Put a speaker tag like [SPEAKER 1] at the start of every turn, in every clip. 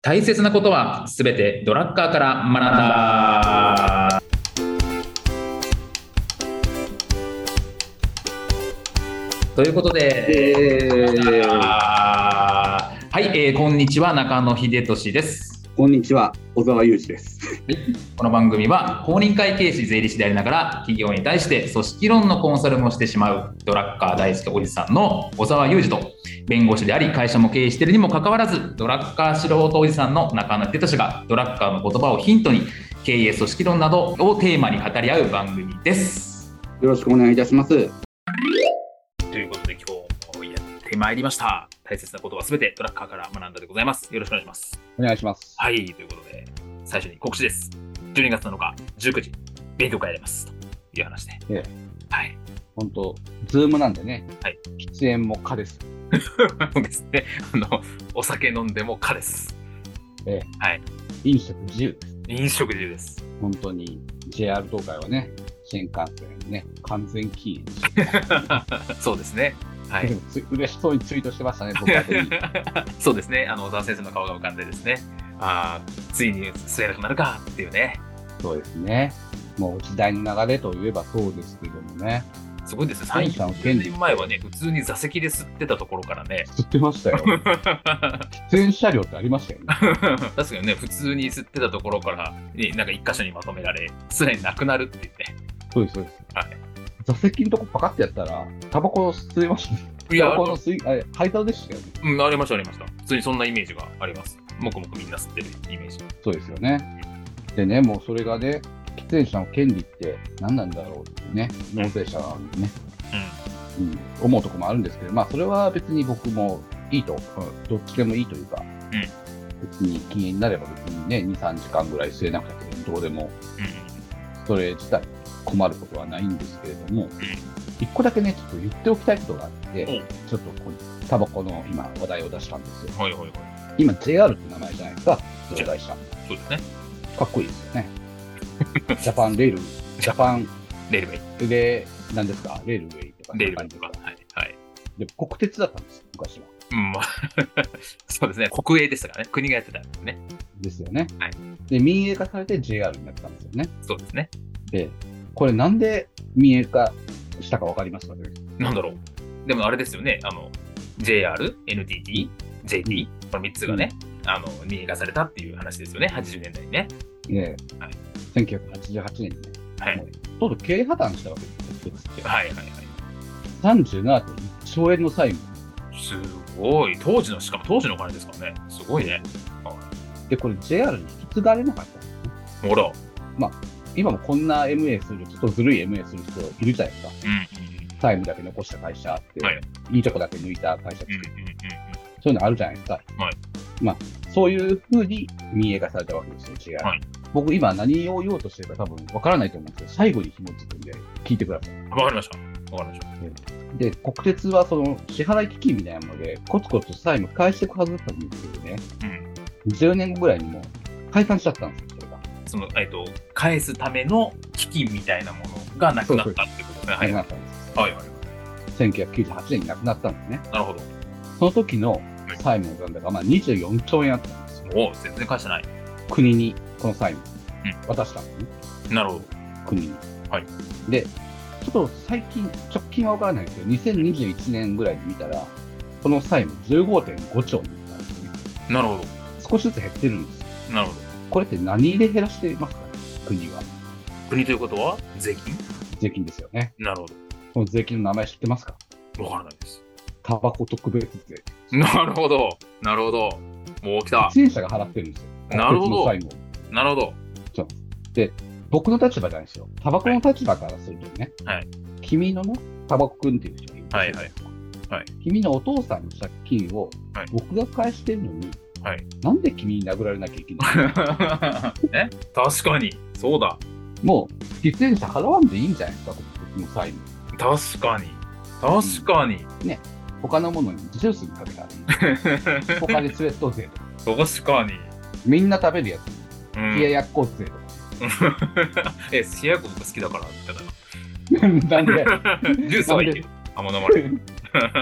[SPEAKER 1] 大切なことはすべてドラッカーから学んだ。ということで、はい、えーこんにちは中野秀俊です。
[SPEAKER 2] こんにちは、小沢裕二です。
[SPEAKER 1] この番組は公認会計士税理士でありながら企業に対して組織論のコンサルもしてしまうドラッカー大好きおじさんの小沢裕二と弁護士であり会社も経営しているにもかかわらずドラッカー素人おじさんの中野哲俊がドラッカーの言葉をヒントに経営組織論などをテーマに語り合う番組です。
[SPEAKER 2] よろしくお願いいたします。
[SPEAKER 1] ということで今日もやってまいりました。大切なことはすべてドラッカーから学んだでございます。よろしくお願いします。
[SPEAKER 2] お願いします。
[SPEAKER 1] はい、ということで、最初に告知です。12月7日、19時、勉強会やります。という話で。
[SPEAKER 2] ええ
[SPEAKER 1] はい。
[SPEAKER 2] 本当、ズームなんでね、
[SPEAKER 1] はい
[SPEAKER 2] 喫煙も可です。
[SPEAKER 1] そうですね。あの、お酒飲んでもかです。
[SPEAKER 2] 飲食自由です。
[SPEAKER 1] 飲食中です。
[SPEAKER 2] 本当に JR 東海はね、新幹線ね、完全禁
[SPEAKER 1] そうですね。は
[SPEAKER 2] 煙。で
[SPEAKER 1] い。
[SPEAKER 2] もつ嬉しそうにツイートしてましたね、僕は。
[SPEAKER 1] そうですね。あの、小沢先生の顔が浮かんでですね。ああ、ついに吸えなくなるかっていうね。
[SPEAKER 2] そうですね。もう時代の流れといえばそうですけどもね、
[SPEAKER 1] すごいですね。
[SPEAKER 2] サイ
[SPEAKER 1] 3、
[SPEAKER 2] さん
[SPEAKER 1] 4年前はね、普通に座席で吸ってたところから ね。
[SPEAKER 2] 吸ってましたよ。喫煙車両ってありましたよね。
[SPEAKER 1] 確かにね、普通に吸ってたところから、ねなんか一箇所にまとめられ、すでになくなるって言って。
[SPEAKER 2] そうです、そうです。
[SPEAKER 1] はい
[SPEAKER 2] 座席のとこパカってやったら、タバコ吸えましたね。
[SPEAKER 1] い
[SPEAKER 2] タ
[SPEAKER 1] や、
[SPEAKER 2] バコの吸い、あれ、配達でしたよね。
[SPEAKER 1] うん、ありました、ありました。普通にそんなイメージがあります。もくもくみんな吸ってるイメージ。
[SPEAKER 2] そうですよね。でね、もうそれがね、喫煙者の権利って何なんだろうっていうね、納税者はね、うん思うとこもあるんですけど、まあそれは別に僕もいいと、うんどっちでもいいというか、別に禁煙になれば別にね、2、3時間ぐらい吸えなくてもどうでも、
[SPEAKER 1] う
[SPEAKER 2] それ自体困ることはないんですけれども、一個だけね、ちょっと言っておきたいことがあって、
[SPEAKER 1] うん
[SPEAKER 2] ちょっとこうタバコの今話題を出したんですよ。
[SPEAKER 1] ん。はいはいはい。
[SPEAKER 2] 今 JR って名前じゃないですか、乗会社。
[SPEAKER 1] そうですね。
[SPEAKER 2] かっこいいですよね。 ジャパンレール、ジャパン
[SPEAKER 1] レールウェイ。
[SPEAKER 2] で、なんですか、レールウェイとか、
[SPEAKER 1] レールウェイとか
[SPEAKER 2] なん。か
[SPEAKER 1] はい。はい。
[SPEAKER 2] でも国鉄だったんですよ、昔は。
[SPEAKER 1] うん、まあ そうですね。国営でしたからね。国がやってたんですね。
[SPEAKER 2] ですよね。
[SPEAKER 1] はい
[SPEAKER 2] で、民営化されて JR になったんですよね。
[SPEAKER 1] そうですね。
[SPEAKER 2] で、これなんで民営化したかわかりますかね
[SPEAKER 1] なんだろう。でもあれですよね。あの、JR、NTT、JT、この3つがね、あの、民営化されたっていう話ですよね。80年代にね。
[SPEAKER 2] ええ
[SPEAKER 1] はい
[SPEAKER 2] 1988年にね、
[SPEAKER 1] はい
[SPEAKER 2] も。うとうとう経営破綻したわけですよ、国鉄って。
[SPEAKER 1] はいはいは
[SPEAKER 2] 37.1兆円の債務。
[SPEAKER 1] い。すごい。当時の、しかも当時のお金ですからね。すごいね。
[SPEAKER 2] で、これ JR に引き継がれなかった。
[SPEAKER 1] ほら。うん。
[SPEAKER 2] 今もこんな MA する、ちょっとずるい MA する人いるじゃないですか。タイムだけ残した会社あって、
[SPEAKER 1] はいい、
[SPEAKER 2] いとこだけ抜いた会社作
[SPEAKER 1] うんうん
[SPEAKER 2] る、
[SPEAKER 1] うんうん。
[SPEAKER 2] そういうのあるじゃないですか。
[SPEAKER 1] は
[SPEAKER 2] まあ、そういうふうに民営化されたわけですよ、違う。
[SPEAKER 1] はい
[SPEAKER 2] 僕、今何を言おうとしてるか多分わからないと思うんですけど、最後に紐づくんで聞いてください。
[SPEAKER 1] わかりました。わかりました。
[SPEAKER 2] で、国鉄はその支払い基金みたいなもので、コツコツ債務返していくはずだったんですけどね、
[SPEAKER 1] うん。
[SPEAKER 2] 10年後ぐらいにもう解散しちゃったんですよ、それが。
[SPEAKER 1] その、えっと、返すための基金みたいなものがなくなったってことですね。はい。
[SPEAKER 2] な
[SPEAKER 1] は
[SPEAKER 2] くなったんです。
[SPEAKER 1] いはい。
[SPEAKER 2] 1998年に亡くなったんですね。
[SPEAKER 1] なるほど。
[SPEAKER 2] その時の債務の残高がまあ24兆円あったんですよ。
[SPEAKER 1] おお、全然返してない。
[SPEAKER 2] 国にこの債務、渡したんですね。
[SPEAKER 1] なるほど。
[SPEAKER 2] 国に。
[SPEAKER 1] はい
[SPEAKER 2] で、ちょっと最近、直近は分からないですけど、2021年ぐらいに見たら、この債務15.5兆になったんですね。
[SPEAKER 1] なるほ
[SPEAKER 2] 少しずつ減ってるんですよ。
[SPEAKER 1] ど。なるほど。
[SPEAKER 2] これって何で減らしてますかね、国は。
[SPEAKER 1] 国ということは税金
[SPEAKER 2] 税金ですよね。
[SPEAKER 1] なるほ
[SPEAKER 2] この税金の名前知ってますか
[SPEAKER 1] ど。わからないです。
[SPEAKER 2] タバコ特別税。
[SPEAKER 1] なるほど。なるほど。もう来た
[SPEAKER 2] 自。転車が払ってるんですよ。
[SPEAKER 1] なるほど
[SPEAKER 2] 国鉄の債務を
[SPEAKER 1] なるほど。
[SPEAKER 2] 僕の立場じゃないですよ。タバコの立場からするとね、
[SPEAKER 1] はい
[SPEAKER 2] 君のね、タバコくんっていう人がいるんですよ
[SPEAKER 1] はい はい。
[SPEAKER 2] 君のお父さんの借金を
[SPEAKER 1] はい
[SPEAKER 2] 僕が返してるのに、
[SPEAKER 1] はい
[SPEAKER 2] なんで君に殴られなきゃいけない
[SPEAKER 1] え確かに。そうだ。
[SPEAKER 2] もう喫煙者払わんでいいんじゃないですか、僕の債務。
[SPEAKER 1] 確かに。確かに。
[SPEAKER 2] 他のものにジュースにかけたらいい。他にスウェット税 とか、
[SPEAKER 1] 確かに。
[SPEAKER 2] みんな食べるや
[SPEAKER 1] う
[SPEAKER 2] つ、
[SPEAKER 1] ん
[SPEAKER 2] 冷ややっこ税とか。
[SPEAKER 1] え、冷ややっこ僕好きだからって言ったの
[SPEAKER 2] なんで、
[SPEAKER 1] ジュースはいいけど。あ、もう飲まれる。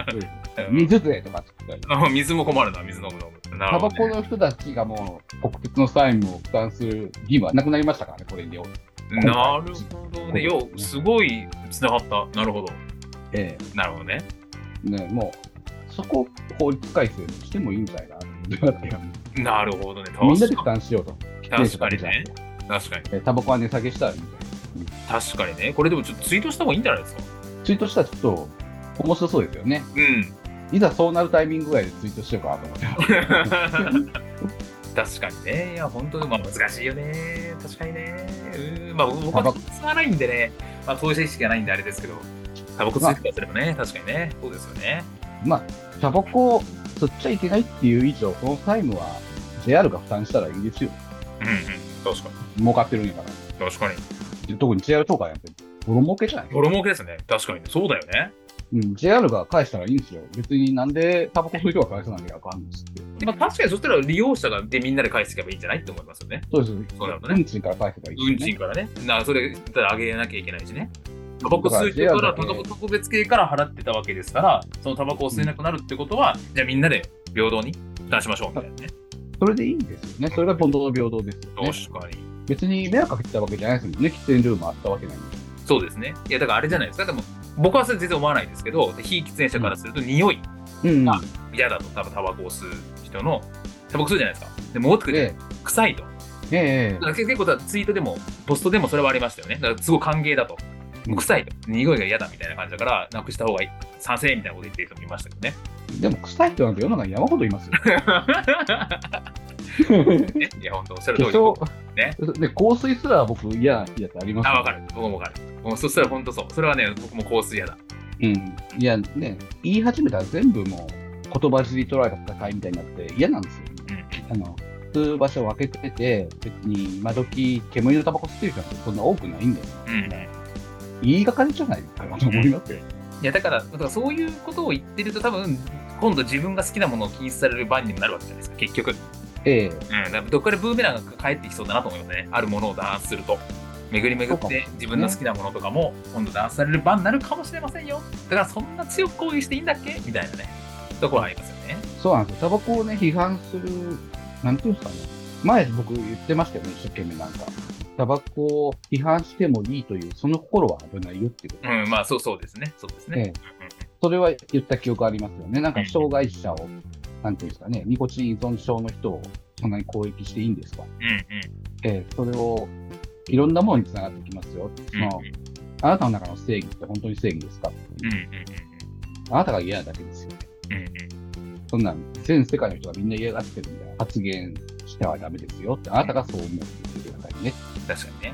[SPEAKER 2] 水税とか作ったり。
[SPEAKER 1] あ水も困るな、水飲む飲む。なる
[SPEAKER 2] タ
[SPEAKER 1] ほ
[SPEAKER 2] バ
[SPEAKER 1] ど
[SPEAKER 2] コ
[SPEAKER 1] ね、
[SPEAKER 2] の人たちがもう国鉄の債務を負担する義務はなくなりましたからね、これによって。
[SPEAKER 1] なるほどね。よう、すごい繋がった。なるほど。
[SPEAKER 2] え
[SPEAKER 1] なるほどね。
[SPEAKER 2] えね、もう、そこ法律改正にしてもいいんじゃないかなって。
[SPEAKER 1] なるほどね。確か
[SPEAKER 2] み
[SPEAKER 1] に
[SPEAKER 2] んなで負担しようと。
[SPEAKER 1] 確かにね。確かに。
[SPEAKER 2] えタバコは値下げしたらいいみたい
[SPEAKER 1] 確かにね。これでもちょっとツイートした方がいいんじゃないですか。
[SPEAKER 2] な。ツイートしたらちょっと面白そうですよね。
[SPEAKER 1] うん。
[SPEAKER 2] いざそうなるタイミングぐらいでツイートしようかなと思って。
[SPEAKER 1] 確かにね。いや、本当にまあ難しいよね。確かにね。うん。まあ僕
[SPEAKER 2] タバ
[SPEAKER 1] は
[SPEAKER 2] コ
[SPEAKER 1] 吸わないんでね。まあ当事者意識がないんであれですけど。タバコ吸ってたすればね、確かにね。そうですよね。
[SPEAKER 2] まあ、タバコを吸っちゃいけないっていう以上、その債務は JR が負担したらいいですよ。
[SPEAKER 1] うんうん。確か
[SPEAKER 2] 儲かってるんやから。
[SPEAKER 1] に。確かに。
[SPEAKER 2] 特に JR 東海やってる。ボロ儲けじゃない
[SPEAKER 1] ボロ儲けですね。確かに。そうだよね。
[SPEAKER 2] うん、JR が返したらいいんですよ。別になんでタバコ吸う人が返さなきゃあかんんですって。
[SPEAKER 1] まあ確かにそしたら利用者がでみんなで返していけばいいんじゃないって思いますよね。
[SPEAKER 2] そうです。
[SPEAKER 1] そうだろうね
[SPEAKER 2] 運賃から返せばいい
[SPEAKER 1] 運
[SPEAKER 2] です、ね。
[SPEAKER 1] 賃からね。なあそれ、たら上げなきゃいけないしね。タバコ吸う人から、
[SPEAKER 2] だ
[SPEAKER 1] タ
[SPEAKER 2] から
[SPEAKER 1] バコ特別系から払ってたわけですから、そのタバコを吸えなくなるってことは、じゃあみんなで平等に負担しましょうみたいなね。
[SPEAKER 2] それでいいんですよね。それが本当の平等ですよ、ね。
[SPEAKER 1] 確かに。
[SPEAKER 2] 別に迷惑かけてたわけじゃないですもんね。喫煙ルームあったわけないんで。
[SPEAKER 1] そうですね。いや、だからあれじゃないですか。でも、僕はそれ全然思わないですけど、非喫煙者からすると、匂い
[SPEAKER 2] うん
[SPEAKER 1] あ嫌だと、多分タバコを吸う人の、タバコ吸うじゃないですか。で、戻ってくるじゃない
[SPEAKER 2] え
[SPEAKER 1] ですか臭いと。
[SPEAKER 2] え、ええ
[SPEAKER 1] だから結構ツイートでも、ポストでもそれはありましたよね。だからすごい歓迎だと。
[SPEAKER 2] うん
[SPEAKER 1] 臭いと。匂いが嫌だみたいな感じだから、なくした方がいい。賛成みたいなこと言ってる人もいましたけどね。
[SPEAKER 2] でも臭い人なんて世の中に山ほどいますよ。
[SPEAKER 1] ねいや、本当、それ
[SPEAKER 2] 化
[SPEAKER 1] はどう
[SPEAKER 2] 粧
[SPEAKER 1] いうこ、ね
[SPEAKER 2] で香水すら僕嫌なやつあります
[SPEAKER 1] と
[SPEAKER 2] よ
[SPEAKER 1] あ、わかる。僕もわかる。もうそしたら本当そう。それはね、僕も香水嫌だ。
[SPEAKER 2] うん。いや、ね、言い始めたら全部もう言葉尻取られた戦いみたいになって嫌なんですよ。あの、吸う場所を分けてて、別に今時煙のタバコ吸ってる人なんてそんな多くないんだよ。
[SPEAKER 1] うん。うん。
[SPEAKER 2] 言いがかりじゃないかなと思いますよ。
[SPEAKER 1] いや、だから、だからそういうことを言ってると、多分今度自分が好きなものを禁止される番にもなるわけじゃないですか、結局。うん。
[SPEAKER 2] ええ
[SPEAKER 1] だからどっかでブーメランが返ってきそうだなと思いますね。あるものを弾圧すると。巡り巡
[SPEAKER 2] そうか
[SPEAKER 1] っ
[SPEAKER 2] も
[SPEAKER 1] て自分の好きなものとかも今度弾圧される番になるかもしれませんよ。だからそんな強く抗議していいんだっけみたいなね。ところはありますよね。
[SPEAKER 2] そうなんですよ。タバコをね、批判する、なんていうんですかね。前僕言ってましたよね、一生懸命なんか。タバコを批判してもいいという、その心は危ないよっていうこと。
[SPEAKER 1] うん、まあそうそうですね。そうですね。
[SPEAKER 2] ええそれは言った記憶ありますよね。なんか障害者を、なんていうんですかね、ニコチン依存症の人をそんなに攻撃していいんですか
[SPEAKER 1] うんうん。
[SPEAKER 2] ええそれを、いろんなものにつながってきますよ。そ
[SPEAKER 1] うんうん
[SPEAKER 2] の、あなたの中の正義って本当に正義ですかって
[SPEAKER 1] う
[SPEAKER 2] い
[SPEAKER 1] ん
[SPEAKER 2] う
[SPEAKER 1] うんうん
[SPEAKER 2] あなたが嫌なだけですよね。
[SPEAKER 1] うんうんうん
[SPEAKER 2] そんなん、全世界の人がみんな嫌がってるみたいな発言してはダメですよって、あなたがそう思うって言ってくださいね。
[SPEAKER 1] 確かにね。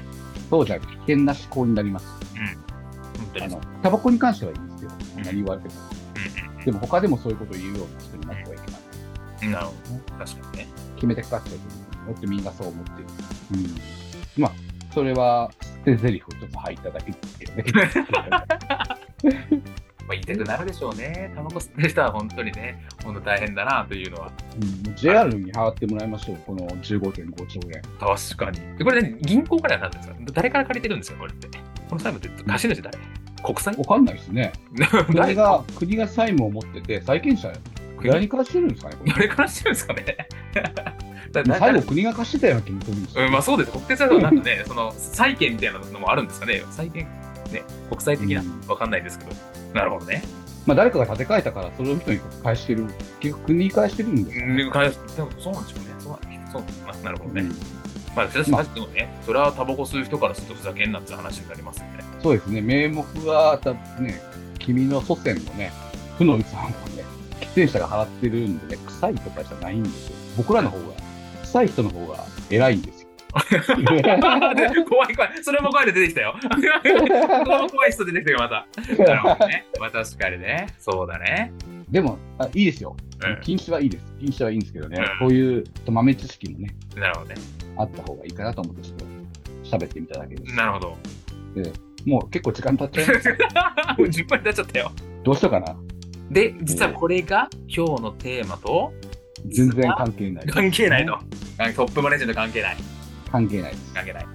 [SPEAKER 2] そうじゃ危険な思考になります。
[SPEAKER 1] 本当
[SPEAKER 2] あ
[SPEAKER 1] にそう。
[SPEAKER 2] の、タバコに関してはいいんですよ。何言われても。でも他でもそういうことを言うような人になってはいけない。
[SPEAKER 1] うんなるほどね。確かにね。
[SPEAKER 2] 決めてかかっちゃいけない。だってみんなそう思ってる。うん。まあ、それは、捨て台詞をちょっと入っただけですけどね。
[SPEAKER 1] まあ、言いたくなるでしょうね。タバコ吸ってる人は本当にね、本当大変だなというのは。
[SPEAKER 2] うん、JR に払ってもらいましょう、この15.5兆円。
[SPEAKER 1] 確かに。これ、ね、銀行からなんですか誰から借りてるんですかこれって。この債務って貸し主誰国債
[SPEAKER 2] わかんないですね。
[SPEAKER 1] 誰
[SPEAKER 2] 国が、国が債務を持ってて、債権者、誰に貸してるんですかね、これ。
[SPEAKER 1] 誰からしてるんですかね だだ
[SPEAKER 2] 最後、国が貸してたような気もするんですよ。
[SPEAKER 1] うん、まあそうです。国鉄債はなんかね、その債券みたいなのもあるんですかね債券、ね、国債的な
[SPEAKER 2] うん、
[SPEAKER 1] わかんないですけど。なるほどね。
[SPEAKER 2] まあ、誰かが建て替えたから、それを人に返してる。結局、国に返してるんですよ。
[SPEAKER 1] うん、返すでもそうなんでしょうね。そうなんでしょうね。まあなるほどね。
[SPEAKER 2] うん
[SPEAKER 1] まあ、私
[SPEAKER 2] まあ
[SPEAKER 1] たちでもね、それはタバコ吸う人からするとふざけんなって話になりますよね。
[SPEAKER 2] そうですね、名目は、たね、君の祖先のね、負の遺産をね、喫煙者が払ってるんでね、臭いとかじゃないんですよ。僕らの方が、臭い人の方が偉いんですよ。
[SPEAKER 1] で怖い怖い。それも怖いで出てきたよ。 それも怖い人出てきたよ、また。なるほどね。まあ確かにね。そうだね。
[SPEAKER 2] でもあ、いいですよ。
[SPEAKER 1] う
[SPEAKER 2] 禁止はいいです。禁止はいいんですけどね、
[SPEAKER 1] う
[SPEAKER 2] こういう豆知識もね、
[SPEAKER 1] ん。なるほどね。
[SPEAKER 2] あった方がいいかなと思って、ちょっと喋ってみただけです。
[SPEAKER 1] なるほど。も
[SPEAKER 2] もう結構時間経っちゃいました。
[SPEAKER 1] う10分になっちゃったよ。
[SPEAKER 2] どうしようかな。
[SPEAKER 1] で、実はこれが今日のテーマと
[SPEAKER 2] 全然関係ない。
[SPEAKER 1] 関係ないと。あトップマネージャーと関係ない。
[SPEAKER 2] 関係ないです。
[SPEAKER 1] 関係ない。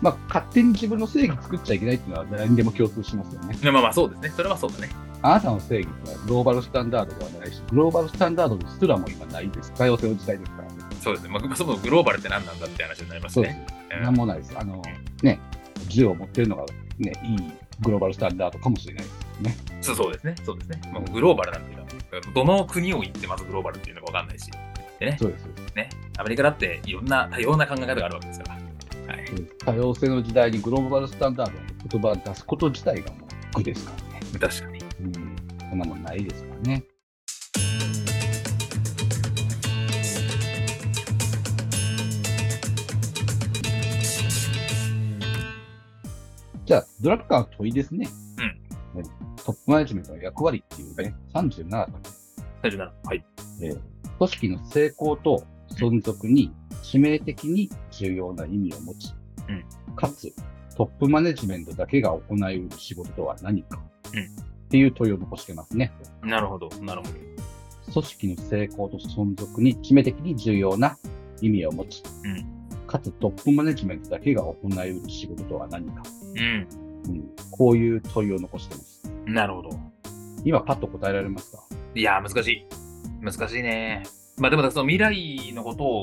[SPEAKER 2] まあ、勝手に自分の正義作っちゃいけないっていうのは誰にでも共通しますよね。
[SPEAKER 1] まあまあそうですね。それはそうだね。
[SPEAKER 2] あなたの正義とはグローバルスタンダードではないし、グローバルスタンダードにすらも今ないです。多様性の時代ですからね。
[SPEAKER 1] そうですね。まあ、そもそもグローバルって何なんだって話になります
[SPEAKER 2] そうです
[SPEAKER 1] ね。。
[SPEAKER 2] なんもないです。あの、ね、銃を持ってるのが、ね、いいグローバルスタンダードかもしれないで すね。
[SPEAKER 1] そうそうですね。そうですね。まあ、グローバルなんていうのは、どの国を言ってまずグローバルっていうのかわかんないし。でね、
[SPEAKER 2] そうです。
[SPEAKER 1] ね、アメリカだっていろんな多様な考え方があるわけですから。はい。
[SPEAKER 2] 多様性の時代にグローバルスタンダードの言葉を出すこと自体がもう苦ですからね。
[SPEAKER 1] 確かに。
[SPEAKER 2] うん。そんなもんないですからね。じゃあ、ドラッカーの問いですね。うん。トップマネジメントの役割っていうね、37だった
[SPEAKER 1] 大丈夫なのはい。
[SPEAKER 2] 組織の成功と存続に致命的に重要な意味を持ち、
[SPEAKER 1] うん
[SPEAKER 2] かつトップマネジメントだけが行い得る仕事とは何か、
[SPEAKER 1] うん
[SPEAKER 2] っていう問いを残してますね。
[SPEAKER 1] なるほど。なるほど。
[SPEAKER 2] 組織の成功と存続に致命的に重要な意味を持ち、
[SPEAKER 1] うん
[SPEAKER 2] かつトップマネジメントだけが行い得る仕事とは何か、
[SPEAKER 1] う
[SPEAKER 2] うんこういう問いを残してます。
[SPEAKER 1] ん。なるほど。
[SPEAKER 2] 今パッと答えられますか
[SPEAKER 1] いやー、難しい。難しいね。まあでも、その未来のことを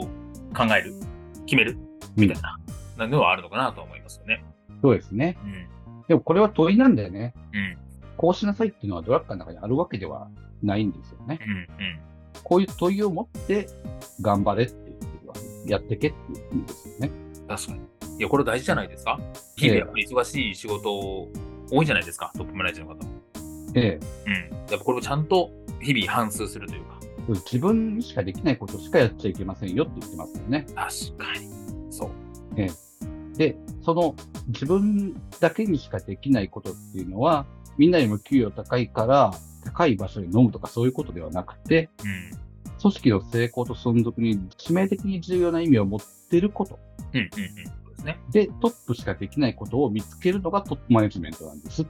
[SPEAKER 1] 考える、決める、みたいな、なのはあるのかなと思いますよね。
[SPEAKER 2] そうですね。
[SPEAKER 1] うん。
[SPEAKER 2] でもこれは問いなんだよね。
[SPEAKER 1] うん。
[SPEAKER 2] こうしなさいっていうのはドラッカーの中にあるわけではないんですよね。
[SPEAKER 1] うん。うん。
[SPEAKER 2] こういう問いを持って、頑張れって言ってるわけやってけって言ってるんですよね。
[SPEAKER 1] 確かに。いや、これ大事じゃないですか。日々やっぱり忙しい仕事多いじゃないですか、トップマネージャーの方も。
[SPEAKER 2] え
[SPEAKER 1] うん。やっぱこれをちゃんと日々反芻するというか。
[SPEAKER 2] え、自分にしかできないことしかやっちゃいけませんよって言ってますよね。
[SPEAKER 1] 確かに。そう。
[SPEAKER 2] で、その自分だけにしかできないことっていうのは、みんなよりも給与高いから、高い場所で飲むとかそういうことではなくて、
[SPEAKER 1] うん。
[SPEAKER 2] 組織の成功と存続に致命的に重要な意味を持ってること。
[SPEAKER 1] うんうんうん。そうですね。
[SPEAKER 2] で、トップしかできないことを見つけるのがトップマネジメントなんです。
[SPEAKER 1] うん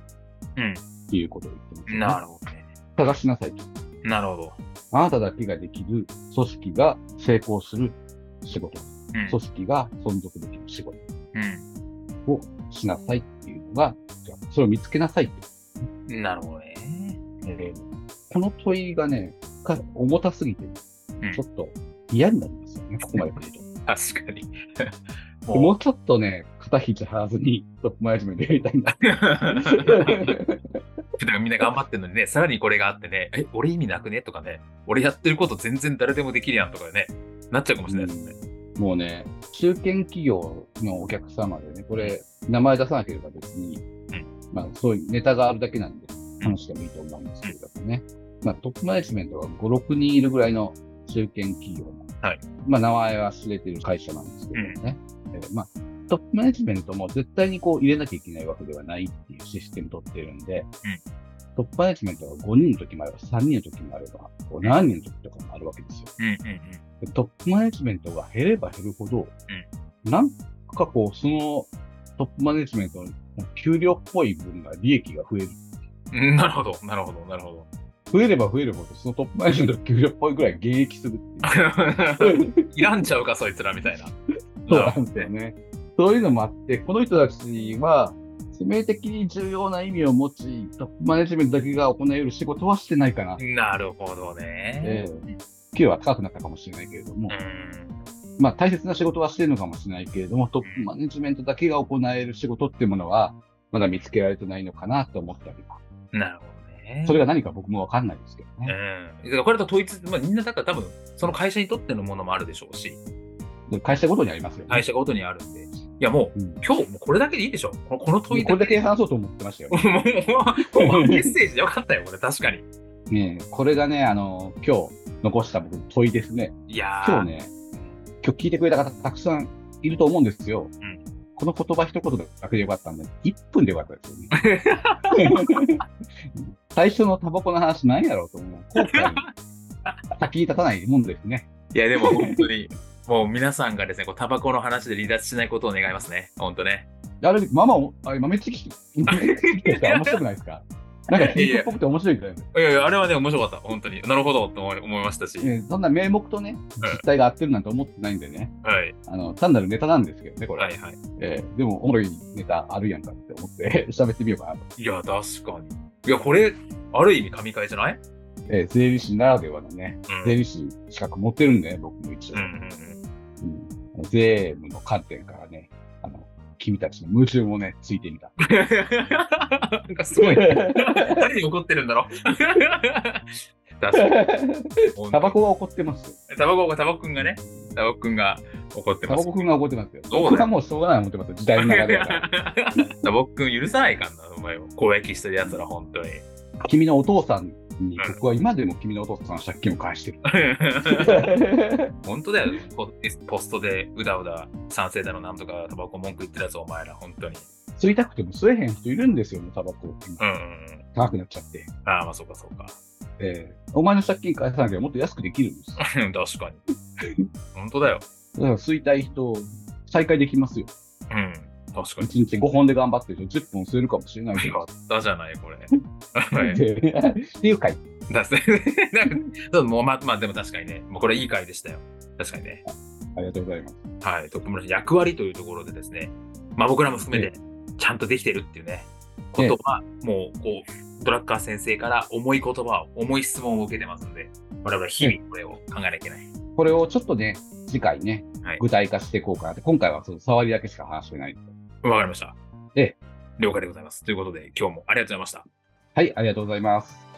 [SPEAKER 2] っていうことを言ってます、ね。
[SPEAKER 1] なるほどね。
[SPEAKER 2] 探しなさいと。
[SPEAKER 1] なるほど。
[SPEAKER 2] あなただけができる組織が成功する仕事、
[SPEAKER 1] うん。
[SPEAKER 2] 組織が存続できる仕事
[SPEAKER 1] う
[SPEAKER 2] をしなさいっていうのが、じゃあそれを見つけなさいって。
[SPEAKER 1] ん。なるほどね。
[SPEAKER 2] えーこの問いがね、か重たすぎて、
[SPEAKER 1] うん
[SPEAKER 2] ちょっと嫌になりますよね、ここ まで来ると。
[SPEAKER 1] 確 かに。
[SPEAKER 2] でもうちょっとね、肩肘張らずにトップマネジメントやりたい んだ。
[SPEAKER 1] 普段みんな頑張ってるのにね、さらにこれがあってね、え、俺意味なくねとかね、俺やってること全然誰でもできるやんとかね、なっちゃうかもしれないですね。
[SPEAKER 2] もうね、中堅企業のお客様でね、これ、名前出さなければ別に、
[SPEAKER 1] ん
[SPEAKER 2] まあ、そういうネタがあるだけなんで、
[SPEAKER 1] ん
[SPEAKER 2] 話してもいいと思うんですけれどもね、まあ、トップマネジメントが5、6人いるぐらいの中堅企業の、
[SPEAKER 1] はい
[SPEAKER 2] まあ、名前は知れてる会社なんですけれどもね、えーまあ、トップマネジメントも絶対にこう入れなきゃいけないわけではないっていうシステム取ってるんで、トップマネジメントが5人の時もあれば、3人の時もあれば、こう7人の時とかもあるわけですよ。
[SPEAKER 1] うんうん
[SPEAKER 2] でトップマネジメントが減れば減るほど、なんかこう、そのトップマネジメントの給料っぽい分が利益が増える。
[SPEAKER 1] うんうん。なるほど、なるほど、なるほど。
[SPEAKER 2] 増えれば増えるほど、そのトップマネジメントの給料っぽいぐらい減益するって いう。
[SPEAKER 1] いらんちゃうか、そいつらみたいな。
[SPEAKER 2] そうなんですよね。そういうのもあって、この人たちは、致命的に重要な意味を持ち、トップマネジメントだけが行える仕事はしてないかな。
[SPEAKER 1] なるほどね。
[SPEAKER 2] え給料は高くなったかもしれないけれど
[SPEAKER 1] う
[SPEAKER 2] も、
[SPEAKER 1] ん
[SPEAKER 2] まあ、大切な仕事はしてるのかもしれないけれども、トップマネジメントだけが行える仕事っていうものは、まだ見つけられてないのかなと思ったり、
[SPEAKER 1] なるほどね。
[SPEAKER 2] それが何か僕もわかんないですけどね。
[SPEAKER 1] うん。だからこれと統一、まあ、みんなだから多分、その会社にとってのものもあるでしょうし、
[SPEAKER 2] で会社ごとにありますよね。
[SPEAKER 1] 会社ごとにあるんで、いやもう、
[SPEAKER 2] うん
[SPEAKER 1] 今日もうこれだけでいいでしょ。このこの
[SPEAKER 2] こ
[SPEAKER 1] 問い
[SPEAKER 2] れだけ話そうと思ってましたよ
[SPEAKER 1] も。う、もう、もうメッセージでよかったよ、これ、確かに。
[SPEAKER 2] ねえこれがね、あの、今日残した僕の問いですね。
[SPEAKER 1] いやー
[SPEAKER 2] 今日ね、今日聞いてくれた方たくさんいると思うんですよ。
[SPEAKER 1] ん
[SPEAKER 2] この言葉一言だけでよかったんで、1分でよかったですよ ね。最初のタバコの話なんやろうと思う。後悔先に立たないもんですね。
[SPEAKER 1] いや、でも本当に、もう皆さんがですね、こうタバコの話で離脱しないことを願いますね、本当ね。
[SPEAKER 2] あれ、ママを、あれ、豆知識、豆知識としては面白くないですかなんか、ヒーっぽくて面白いじゃないですか。
[SPEAKER 1] いやいや、あれはね、面白かった、本当に。なるほどと思い思いましたし、
[SPEAKER 2] えーそんな名目とね、実態が合ってるなんて思ってないんでね、
[SPEAKER 1] はい、
[SPEAKER 2] あの単なるネタなんですけどね、これ。
[SPEAKER 1] はい、はい。
[SPEAKER 2] えーでも、おもろいネタあるやんかって思って、喋ってみようかなと。
[SPEAKER 1] いや、確かに。いや、これ、ある意味神回じゃない
[SPEAKER 2] えー税理士ならではのね、
[SPEAKER 1] うん
[SPEAKER 2] 税理士資格持ってるんだよね、僕も一応。
[SPEAKER 1] うんうん
[SPEAKER 2] うん税務の観点からね、あの、君たちの矛盾をね、ついて みた。
[SPEAKER 1] うん。なんかすごい。誰に怒ってるんだろう。確かに。
[SPEAKER 2] タバコは怒ってますよ。
[SPEAKER 1] タバコが、タバコくんがね、タバコくんが怒って
[SPEAKER 2] タ
[SPEAKER 1] ま
[SPEAKER 2] バ
[SPEAKER 1] す
[SPEAKER 2] コ。君が怒ってますよ。
[SPEAKER 1] そうだよ
[SPEAKER 2] 僕はもうしょうがない思ってますよ、時代の流れだ から。
[SPEAKER 1] タバコくん許さないかんな、お前を。公益してるやつら、本当に。
[SPEAKER 2] 君のお父さんに、僕は今でも君のお父さんの借金を返してる。
[SPEAKER 1] 本当だよポ。ポストでうだうだ賛成だのなんとかタバコ文句言ってたぞ、お前ら、本当に。
[SPEAKER 2] 吸いたくても吸えへん人いるんですよね、タバ
[SPEAKER 1] う
[SPEAKER 2] コ。
[SPEAKER 1] んうんうん。
[SPEAKER 2] 高くなっちゃって。
[SPEAKER 1] ああ、まあそうかそうか。
[SPEAKER 2] えーお前の借金返さなきゃもっと安くできるんですよ。だか
[SPEAKER 1] うん確かに。本当だよ。
[SPEAKER 2] ら吸いたい人、再開できますよ。
[SPEAKER 1] うん。確か
[SPEAKER 2] 1
[SPEAKER 1] に。
[SPEAKER 2] 日5本で頑張ってる人、10本吸えるかもしれないけ
[SPEAKER 1] よか
[SPEAKER 2] ど。
[SPEAKER 1] ったじゃない、これ。
[SPEAKER 2] っ
[SPEAKER 1] はい。
[SPEAKER 2] てっていう回。
[SPEAKER 1] だ せなんかそうもうままあ、でも確かにね、もうこれいい回でしたよ。確かにね。
[SPEAKER 2] ありがとうございます。
[SPEAKER 1] はい、トップ村の役割というところでですね、まあ、僕らも含めてちゃんとできてるっていうね、
[SPEAKER 2] ええ
[SPEAKER 1] ことは、もうこうドラッカー先生から重い言葉を、重い質問を受けてますので、我々日々これを考えなきゃいけない。
[SPEAKER 2] これをちょっとね、次回ね
[SPEAKER 1] はい、
[SPEAKER 2] 具体化していこうかなって、今回はちょっと触りだけしか話してない。
[SPEAKER 1] わかりました。
[SPEAKER 2] ええ
[SPEAKER 1] 了解でございます。ということで、今日もありがとうございました。
[SPEAKER 2] はい、ありがとうございます。